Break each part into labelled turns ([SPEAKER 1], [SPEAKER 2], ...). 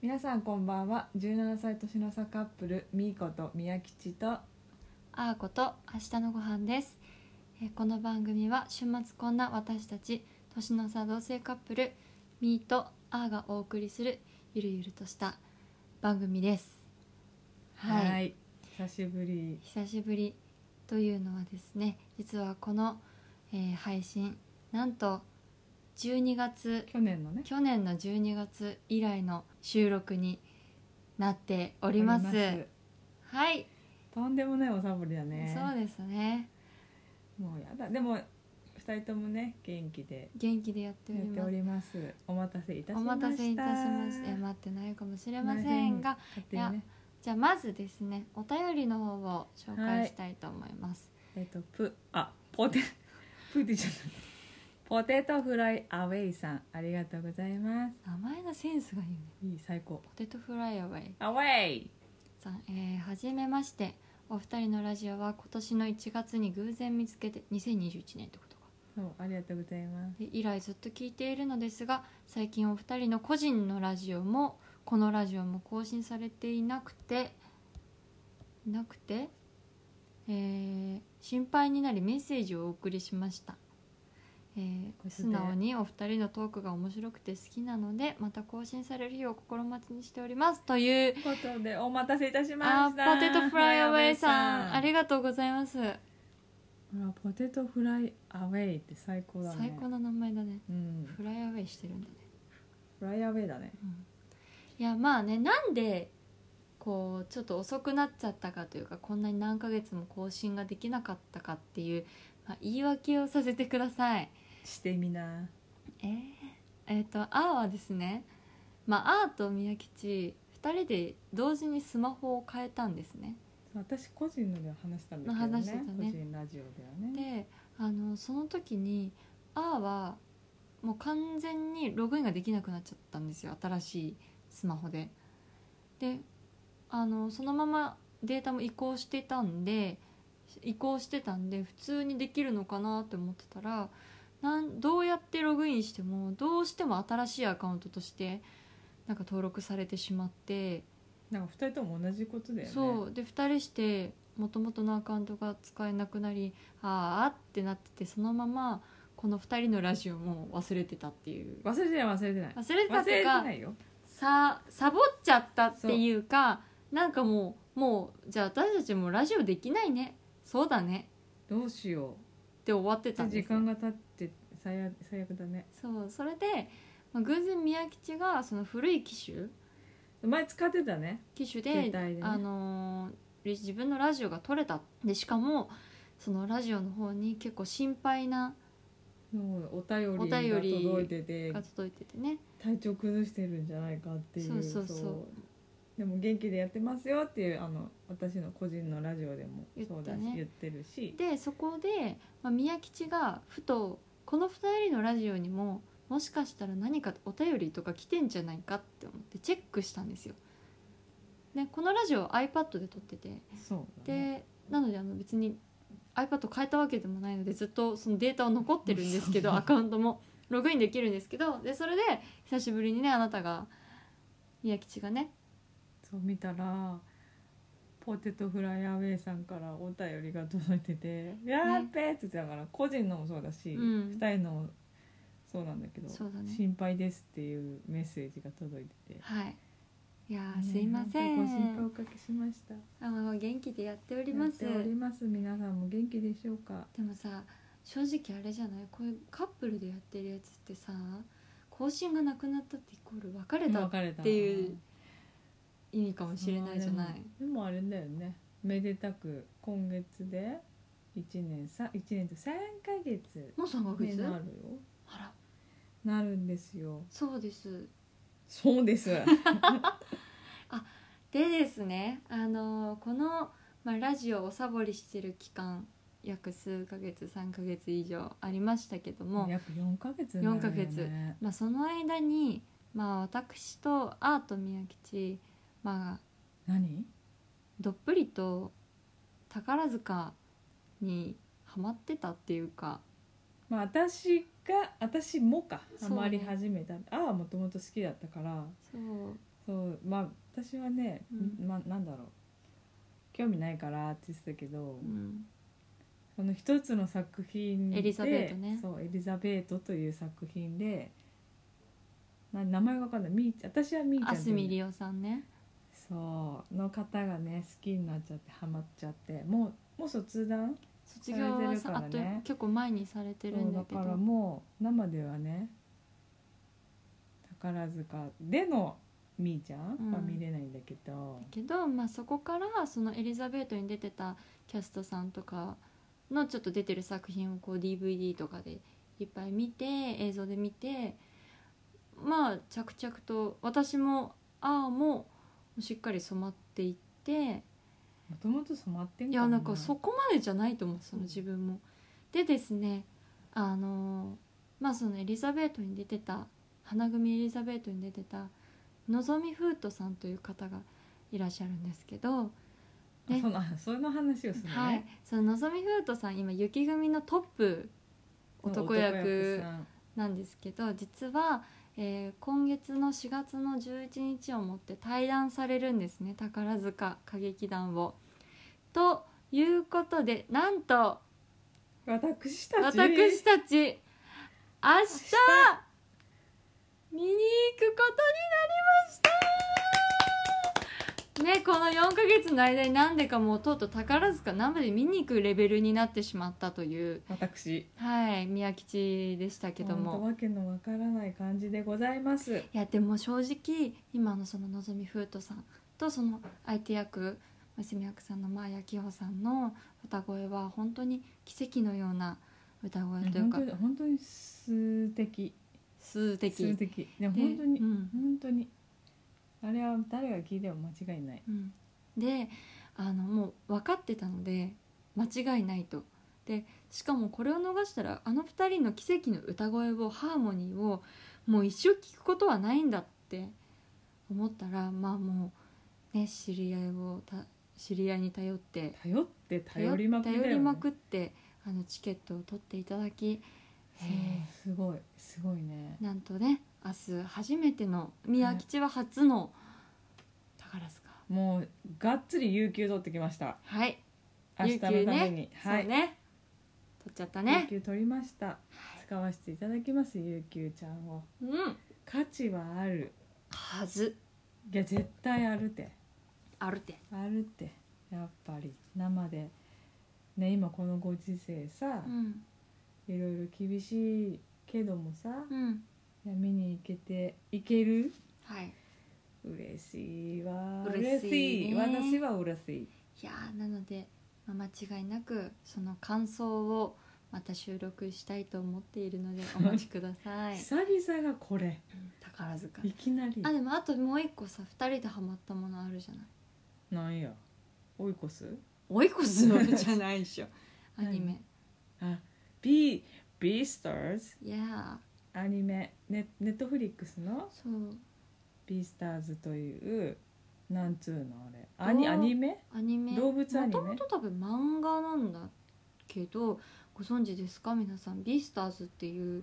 [SPEAKER 1] 皆さんこんばんは17歳年の差カップルみーこと宮吉と
[SPEAKER 2] あーこと明日のご飯ですえーこの番組は週末こんな私たち年の差同性カップルみーとあーがお送りするゆるゆるとした番組ですはい
[SPEAKER 1] 久しぶり
[SPEAKER 2] 久しぶりというのはですね実はこの、えー配信なんと12月
[SPEAKER 1] 去年のね
[SPEAKER 2] 去年の12月以来の収録になっております
[SPEAKER 1] ありま
[SPEAKER 2] はい、
[SPEAKER 1] すとんでもないおさぼりだね
[SPEAKER 2] そうですね
[SPEAKER 1] もうやだでも二人ともね元気で
[SPEAKER 2] 元気でやってお
[SPEAKER 1] や
[SPEAKER 2] り
[SPEAKER 1] って
[SPEAKER 2] ま
[SPEAKER 1] お
[SPEAKER 2] す
[SPEAKER 1] りますお待たせいたし
[SPEAKER 2] お
[SPEAKER 1] ました
[SPEAKER 2] 待たせいたしましたえ待ってないかもしれませんが
[SPEAKER 1] 勝手にね
[SPEAKER 2] じゃあまずですねお便りの方を紹介したいと思います、
[SPEAKER 1] えっとプあポテ プティじゃないポテトフライアウェイさんありがとうございます
[SPEAKER 2] 名前のセンスがいいね
[SPEAKER 1] いい最高
[SPEAKER 2] ポテトフライアウェイ
[SPEAKER 1] アウェイ
[SPEAKER 2] さん、えーはじめましてお二人のラジオは今年の1月に偶然見つけて2021年ってことか
[SPEAKER 1] そうありがとうございます
[SPEAKER 2] で以来ずっと聞いているのですが最近お二人の個人のラジオもこのラジオも更新されていなくていなくて、えー心配になりメッセージをお送りしました、えー
[SPEAKER 1] これで
[SPEAKER 2] 素直にお二人のトークが面白くて好きなのでまた更新される日を心待ちにしておりますという
[SPEAKER 1] ということでお待たせいたしま
[SPEAKER 2] あ
[SPEAKER 1] した
[SPEAKER 2] ーポテトフライアウェイさんあ
[SPEAKER 1] れ
[SPEAKER 2] りがとうございます
[SPEAKER 1] ポテトフライアウェイって最高だね
[SPEAKER 2] 最高な名前だね
[SPEAKER 1] うん
[SPEAKER 2] フライアウェイしてるんだね
[SPEAKER 1] フライアウェイだね
[SPEAKER 2] いやまあねなんでこうちょっと遅くなっちゃったかというかこんなに何ヶ月も更新ができなかったかっていう、まあ、言い訳をさせてください
[SPEAKER 1] してみな
[SPEAKER 2] えー、えーとあーはですねまああーと宮吉2人で同時にスマホを変えたんですね
[SPEAKER 1] 私個人のでは話したんだけど
[SPEAKER 2] 話して
[SPEAKER 1] ね個
[SPEAKER 2] たね
[SPEAKER 1] 人ラジオではね
[SPEAKER 2] であのその時にあーはもう完全にログインができなくなっちゃったんですよ新しいスマホでであのそのままデータも移行してたんで移行してたんで普通にできるのかなって思ってたらなんどうやってログインしてもどうしても新しいアカウントとしてなんか登録されてしまって
[SPEAKER 1] なんか二人とも同じことだよね
[SPEAKER 2] そうで2人してもともとのアカウントが使えなくなりあーあってなっててそのままこの2人のラジオも忘れてたっていう
[SPEAKER 1] 忘れてない忘れてない
[SPEAKER 2] 忘れてた
[SPEAKER 1] 忘
[SPEAKER 2] って
[SPEAKER 1] れて
[SPEAKER 2] いうか
[SPEAKER 1] ないよ
[SPEAKER 2] さサボっちゃったっていうかなんかもうもうじゃあ私たちもうラジオできないねそうだね
[SPEAKER 1] どうしよ
[SPEAKER 2] って終わって
[SPEAKER 1] う
[SPEAKER 2] たん
[SPEAKER 1] 時
[SPEAKER 2] です
[SPEAKER 1] 間が経って最悪最悪だね
[SPEAKER 2] そうそれで、まあ、偶然宮吉がその古い機種
[SPEAKER 1] 前使ってたね
[SPEAKER 2] 機種
[SPEAKER 1] 携
[SPEAKER 2] で
[SPEAKER 1] 帯でね
[SPEAKER 2] あのー自分のラジオが撮れたでしかもそのラジオの方に結構心配な
[SPEAKER 1] そうお便
[SPEAKER 2] お
[SPEAKER 1] りが
[SPEAKER 2] 便り
[SPEAKER 1] 届いてて
[SPEAKER 2] が届いててね
[SPEAKER 1] 体調崩してるんじゃないかっていう
[SPEAKER 2] そうそうそう
[SPEAKER 1] でも元気でやってますよっていうあの私の個人のラジオでも
[SPEAKER 2] 言ってね
[SPEAKER 1] そうだし言ってるし
[SPEAKER 2] でそこで、まあ、宮吉がふとこの2人のラジオにももしかしたら何かお便りとか来てんじゃないかって思ってチェックしたんですよ。ね、このラジオ iPad で撮ってて
[SPEAKER 1] そうだね
[SPEAKER 2] でなのであの別に iPad 変えたわけでもないのでずっとそのデータは残ってるんですけどアカウントもログインできるんですけどでそれで久しぶりにねあなたが宮吉がね
[SPEAKER 1] そう見たらポテトフライアウェイさんからお便りが届いてて「やっべ!」って言ってたから個人のもそうだし、
[SPEAKER 2] うん
[SPEAKER 1] 二人のもそうなんだけど
[SPEAKER 2] そうだね
[SPEAKER 1] 心配です」っていうメッセージが届いてて
[SPEAKER 2] はいいやー
[SPEAKER 1] ね
[SPEAKER 2] すいませ
[SPEAKER 1] 本
[SPEAKER 2] ん
[SPEAKER 1] 当ご心配おかけしました
[SPEAKER 2] あの元気でやっております
[SPEAKER 1] やっております皆さんも元気でしょうか
[SPEAKER 2] でもさ正直あれじゃないこういうカップルでやってるやつってさ更新がなくなったってイコール別れた
[SPEAKER 1] 別れた
[SPEAKER 2] っていう意味かもしれないじゃない
[SPEAKER 1] でもでもあれだよねめでたく今月で1年さ1年と3ヶ月
[SPEAKER 2] もう3ヶ
[SPEAKER 1] に
[SPEAKER 2] 月、
[SPEAKER 1] なるよ
[SPEAKER 2] あら
[SPEAKER 1] なるんですよ
[SPEAKER 2] そうです
[SPEAKER 1] そうです
[SPEAKER 2] でですねあのこの、まあ、ラジオをサボりしてる期間約数ヶ月3ヶ月以上ありましたけども、
[SPEAKER 1] 約4ヶ月になるよ、ね、
[SPEAKER 2] 4ヶ月まあ、その間に、まあ、私とアート宮吉、まあ、
[SPEAKER 1] 何
[SPEAKER 2] どっぷりと宝塚にハマってたっていうか
[SPEAKER 1] まあ私が私もか
[SPEAKER 2] そう
[SPEAKER 1] ハ
[SPEAKER 2] ね
[SPEAKER 1] マり始めた、ああもともと好きだったから
[SPEAKER 2] そう
[SPEAKER 1] そうまあ私はね、
[SPEAKER 2] うん
[SPEAKER 1] まあなんだろう興味ないからって言ってたけど、
[SPEAKER 2] うん
[SPEAKER 1] この一つの作品で
[SPEAKER 2] エリザベートね
[SPEAKER 1] そうエリザベートという作品でな名前が分かんないみー私はみーちゃん
[SPEAKER 2] あ
[SPEAKER 1] って
[SPEAKER 2] す
[SPEAKER 1] 呼んで
[SPEAKER 2] みりおさんね
[SPEAKER 1] そうの方がね好きになっちゃってハマっちゃってもうもう卒団
[SPEAKER 2] 卒業はさ、
[SPEAKER 1] さ
[SPEAKER 2] あ
[SPEAKER 1] れ
[SPEAKER 2] と
[SPEAKER 1] てるからね
[SPEAKER 2] 結構前にされてるんだけ
[SPEAKER 1] そうだから
[SPEAKER 2] ど
[SPEAKER 1] もう生ではね宝塚でのみーちゃ
[SPEAKER 2] うん
[SPEAKER 1] んは見れないんだけど、
[SPEAKER 2] けど、まあ、そこからそのエリザベートに出てたキャストさんとかのちょっと出てる作品をこう DVD とかでいっぱい見て映像で見てまあ着々と私もああもしっかり染まっていって
[SPEAKER 1] もともと染まってん
[SPEAKER 2] い
[SPEAKER 1] か
[SPEAKER 2] やなんかそこまでじゃないと思うその自分も。でですねあのまあそのエリザベートに出てた花組エリザベートに出てたのぞみふうとさんという方がいらっしゃるんですけど、ね
[SPEAKER 1] あそのあその話をするね、
[SPEAKER 2] はい、そののぞみふうとさん今雪組のトップ男役
[SPEAKER 1] さん
[SPEAKER 2] なんですけど実は、えー今月の4月の11日をもって退団されるんですね宝塚歌劇団を。ということでなんと
[SPEAKER 1] 私たち
[SPEAKER 2] 私たち明日見に行くことになりましたねこの4ヶ月の間に何でかもうとうとう宝塚生で見に行くレベルになってしまったという
[SPEAKER 1] 私
[SPEAKER 2] はい宮吉でしたけど
[SPEAKER 1] ほんと
[SPEAKER 2] も
[SPEAKER 1] わけのわからない感じでございます
[SPEAKER 2] いやでも正直今のそののぞみふうとさんとその相手役娘役さんの真矢紀穂さんの歌声は本当に奇跡のような歌声という
[SPEAKER 1] 本
[SPEAKER 2] か
[SPEAKER 1] 当に本当に数的
[SPEAKER 2] 数的
[SPEAKER 1] 数的でも
[SPEAKER 2] で
[SPEAKER 1] 本当に、
[SPEAKER 2] うん
[SPEAKER 1] 本当にあれは誰が聞いても間違いない
[SPEAKER 2] うんであのもう分かってたので間違いないとでしかもこれを逃したらあの2人の奇跡の歌声をハーモニーをもう一生聞くことはないんだって思ったらまあもうね知り合いをた知り合いに頼って
[SPEAKER 1] 頼って頼りまくりだよ、ね、
[SPEAKER 2] 頼りまくってあのチケットを取っていただき
[SPEAKER 1] そう
[SPEAKER 2] え
[SPEAKER 1] すごいすごいね
[SPEAKER 2] なんとね明日初めての宮吉は初の宝塚、
[SPEAKER 1] もうがっつり有給取ってきました
[SPEAKER 2] はい
[SPEAKER 1] 明日のために、は
[SPEAKER 2] そ
[SPEAKER 1] い、
[SPEAKER 2] うね取っちゃったね
[SPEAKER 1] 有給取りました使わせていただきます有給ちゃんを
[SPEAKER 2] うん
[SPEAKER 1] 価値はある
[SPEAKER 2] はず
[SPEAKER 1] いや絶対あるて
[SPEAKER 2] あるて
[SPEAKER 1] あるってやっぱり生でね今このご時世さ
[SPEAKER 2] う、ん
[SPEAKER 1] いろいろ厳しいけどもさ、
[SPEAKER 2] うん
[SPEAKER 1] いや見に行けて行ける
[SPEAKER 2] はいい
[SPEAKER 1] 嬉しいわ
[SPEAKER 2] 嬉しいね
[SPEAKER 1] 嬉しい私は嬉しい
[SPEAKER 2] やーなので、まあ、間違いなくその感想をまた収録したいと思っているの でお待ちください
[SPEAKER 1] 久々がこれ
[SPEAKER 2] 宝塚
[SPEAKER 1] いきなり
[SPEAKER 2] あでもあともう一個さ二人でハマったものあるじゃない
[SPEAKER 1] なんやオイコス
[SPEAKER 2] 追い越すのじゃないでしょ アニメ
[SPEAKER 1] あ B ビースターズ
[SPEAKER 2] いやー
[SPEAKER 1] アニメネネットフリックスの
[SPEAKER 2] そう
[SPEAKER 1] ビースターズというなんつうのあれアニアニメ
[SPEAKER 2] アニメ
[SPEAKER 1] 動物アニメ
[SPEAKER 2] もともと多分漫画なんだけどご存知ですか皆さんビースターズっていう、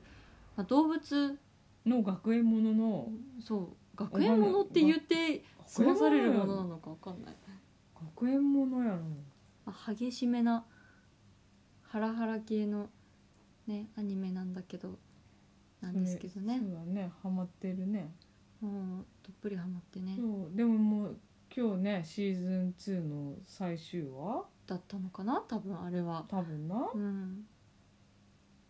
[SPEAKER 2] まあ、動物
[SPEAKER 1] の学園ものの
[SPEAKER 2] そう学園ものって言って済まされるものなのか分かんない、
[SPEAKER 1] 学園ものやろ
[SPEAKER 2] まあ、激しめなハラハラ系のねアニメなんだけどなんですけどね
[SPEAKER 1] そうだねハマってるね、
[SPEAKER 2] もうどっぷりハマってね
[SPEAKER 1] そうでももう今日ねシーズン2の最終話
[SPEAKER 2] だったのかな多分あれは
[SPEAKER 1] 多分な
[SPEAKER 2] うん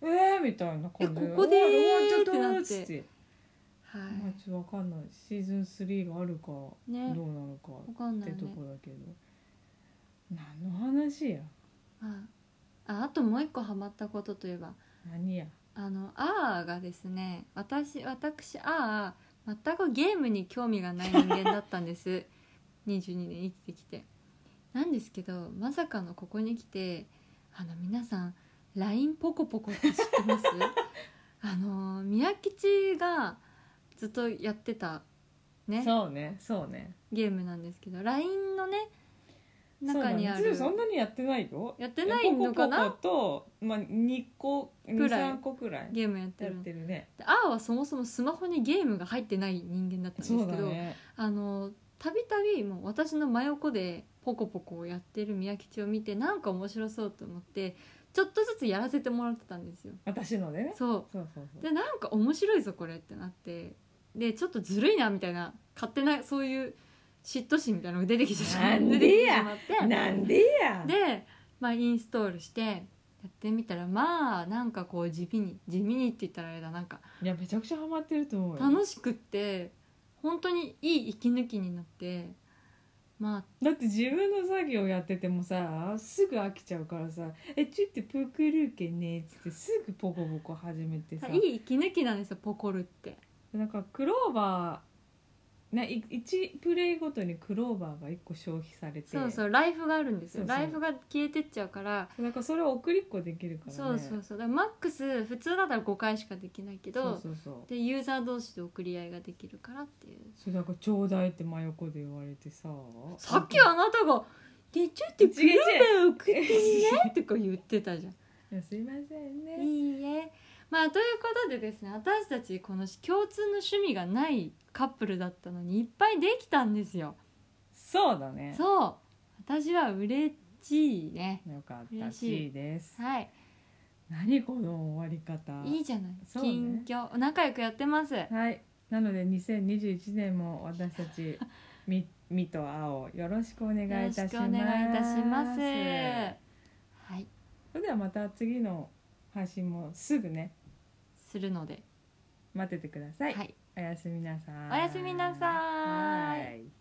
[SPEAKER 1] えー、みたいな感じ
[SPEAKER 2] えここでー
[SPEAKER 1] 終わっちゃ
[SPEAKER 2] ってなって
[SPEAKER 1] つって
[SPEAKER 2] は
[SPEAKER 1] まあちょっとわかんないシーズン3があるかど
[SPEAKER 2] いうね
[SPEAKER 1] なのか
[SPEAKER 2] 分かん
[SPEAKER 1] っ
[SPEAKER 2] ない
[SPEAKER 1] て
[SPEAKER 2] ね
[SPEAKER 1] とこだけど、何の話や
[SPEAKER 2] まあああともう一個ハマったことといえば
[SPEAKER 1] 何や
[SPEAKER 2] あのあーがですね私私あー全くゲームに興味がない人間だったんです 22年生きてきてなんですけどまさかのここに来てあの皆さん LINE ポコポコって知って ますあの宮吉がずっとやってたね
[SPEAKER 1] そうねそうね
[SPEAKER 2] ゲームなんですけど LINE のね中にあ
[SPEAKER 1] そうだね
[SPEAKER 2] る
[SPEAKER 1] そんなにやってないよ
[SPEAKER 2] やってないのか
[SPEAKER 1] ポ
[SPEAKER 2] な
[SPEAKER 1] コポコと、まあ、2個
[SPEAKER 2] くらい
[SPEAKER 1] 23個くらい
[SPEAKER 2] ゲームやって
[SPEAKER 1] やっ
[SPEAKER 2] る
[SPEAKER 1] てるね
[SPEAKER 2] であーはそもそもスマホにゲームが入ってない人間だったんですけど、
[SPEAKER 1] ね
[SPEAKER 2] あのたびたびもう私の真横でポコポコやってる宮吉を見てなんか面白そうと思ってちょっとずつやらせてもらってたんですよ
[SPEAKER 1] 私のでね
[SPEAKER 2] そ
[SPEAKER 1] そうそう
[SPEAKER 2] う
[SPEAKER 1] そう
[SPEAKER 2] でなんか面白いぞこれってなってでちょっとずるいなみたいな勝手なそういう嫉妬心みたいなのが出てきてしま
[SPEAKER 1] な
[SPEAKER 2] っ
[SPEAKER 1] ん
[SPEAKER 2] 出
[SPEAKER 1] でや
[SPEAKER 2] てきてしまって
[SPEAKER 1] なんでや
[SPEAKER 2] で、まあ、インストールしてやってみたらまあなんかこう地味に地味にって言ったらあれだなんか
[SPEAKER 1] いやめちゃくちゃハマってると思うよ
[SPEAKER 2] 楽しくって本当にいい息抜きになってま
[SPEAKER 1] だって自分の作業やっててもさすぐ飽きちゃうからさ「えちゅってプクルーケね」っつってすぐポコポコ始めてさ
[SPEAKER 2] あいい息抜きなんですよポコルって
[SPEAKER 1] なんかクローバーな1プレイごとにクローバーが1個消費されて
[SPEAKER 2] そうそうライフがあるんですよ
[SPEAKER 1] そうそう
[SPEAKER 2] ライフが消えてっちゃうから
[SPEAKER 1] なんかそれを送りっこできるからね
[SPEAKER 2] そうそうそうだからマックス普通だったら5回しかできないけど
[SPEAKER 1] そうそうそう
[SPEAKER 2] でユーザー同士で送り合いができるからっていう
[SPEAKER 1] そうだから「ちょうだい」って真横で言われてさ
[SPEAKER 2] さっきあなたが「でちょっとクルーベを送ってね」とか言ってたじゃん
[SPEAKER 1] いやすいませんね
[SPEAKER 2] いいえ。まあということでですね私たちこの共通の趣味がないカップルだったのにいっぱいできたんですよ。
[SPEAKER 1] そうだね
[SPEAKER 2] そう私は嬉しいね。
[SPEAKER 1] よかった
[SPEAKER 2] 嬉しい
[SPEAKER 1] C です
[SPEAKER 2] はい
[SPEAKER 1] 何この終わり方
[SPEAKER 2] いいじゃない、
[SPEAKER 1] そうね
[SPEAKER 2] 近況仲良くやってます。
[SPEAKER 1] はいなので2021年も私たち みみとあおよろしくお願いい
[SPEAKER 2] よ
[SPEAKER 1] た
[SPEAKER 2] ろ
[SPEAKER 1] しま
[SPEAKER 2] し
[SPEAKER 1] す
[SPEAKER 2] くお願いいたします。
[SPEAKER 1] そ
[SPEAKER 2] はい
[SPEAKER 1] れではまた次の配信もすぐね
[SPEAKER 2] するので
[SPEAKER 1] 待っててください、
[SPEAKER 2] はい
[SPEAKER 1] おやすみなさい
[SPEAKER 2] おやすみなさい
[SPEAKER 1] はい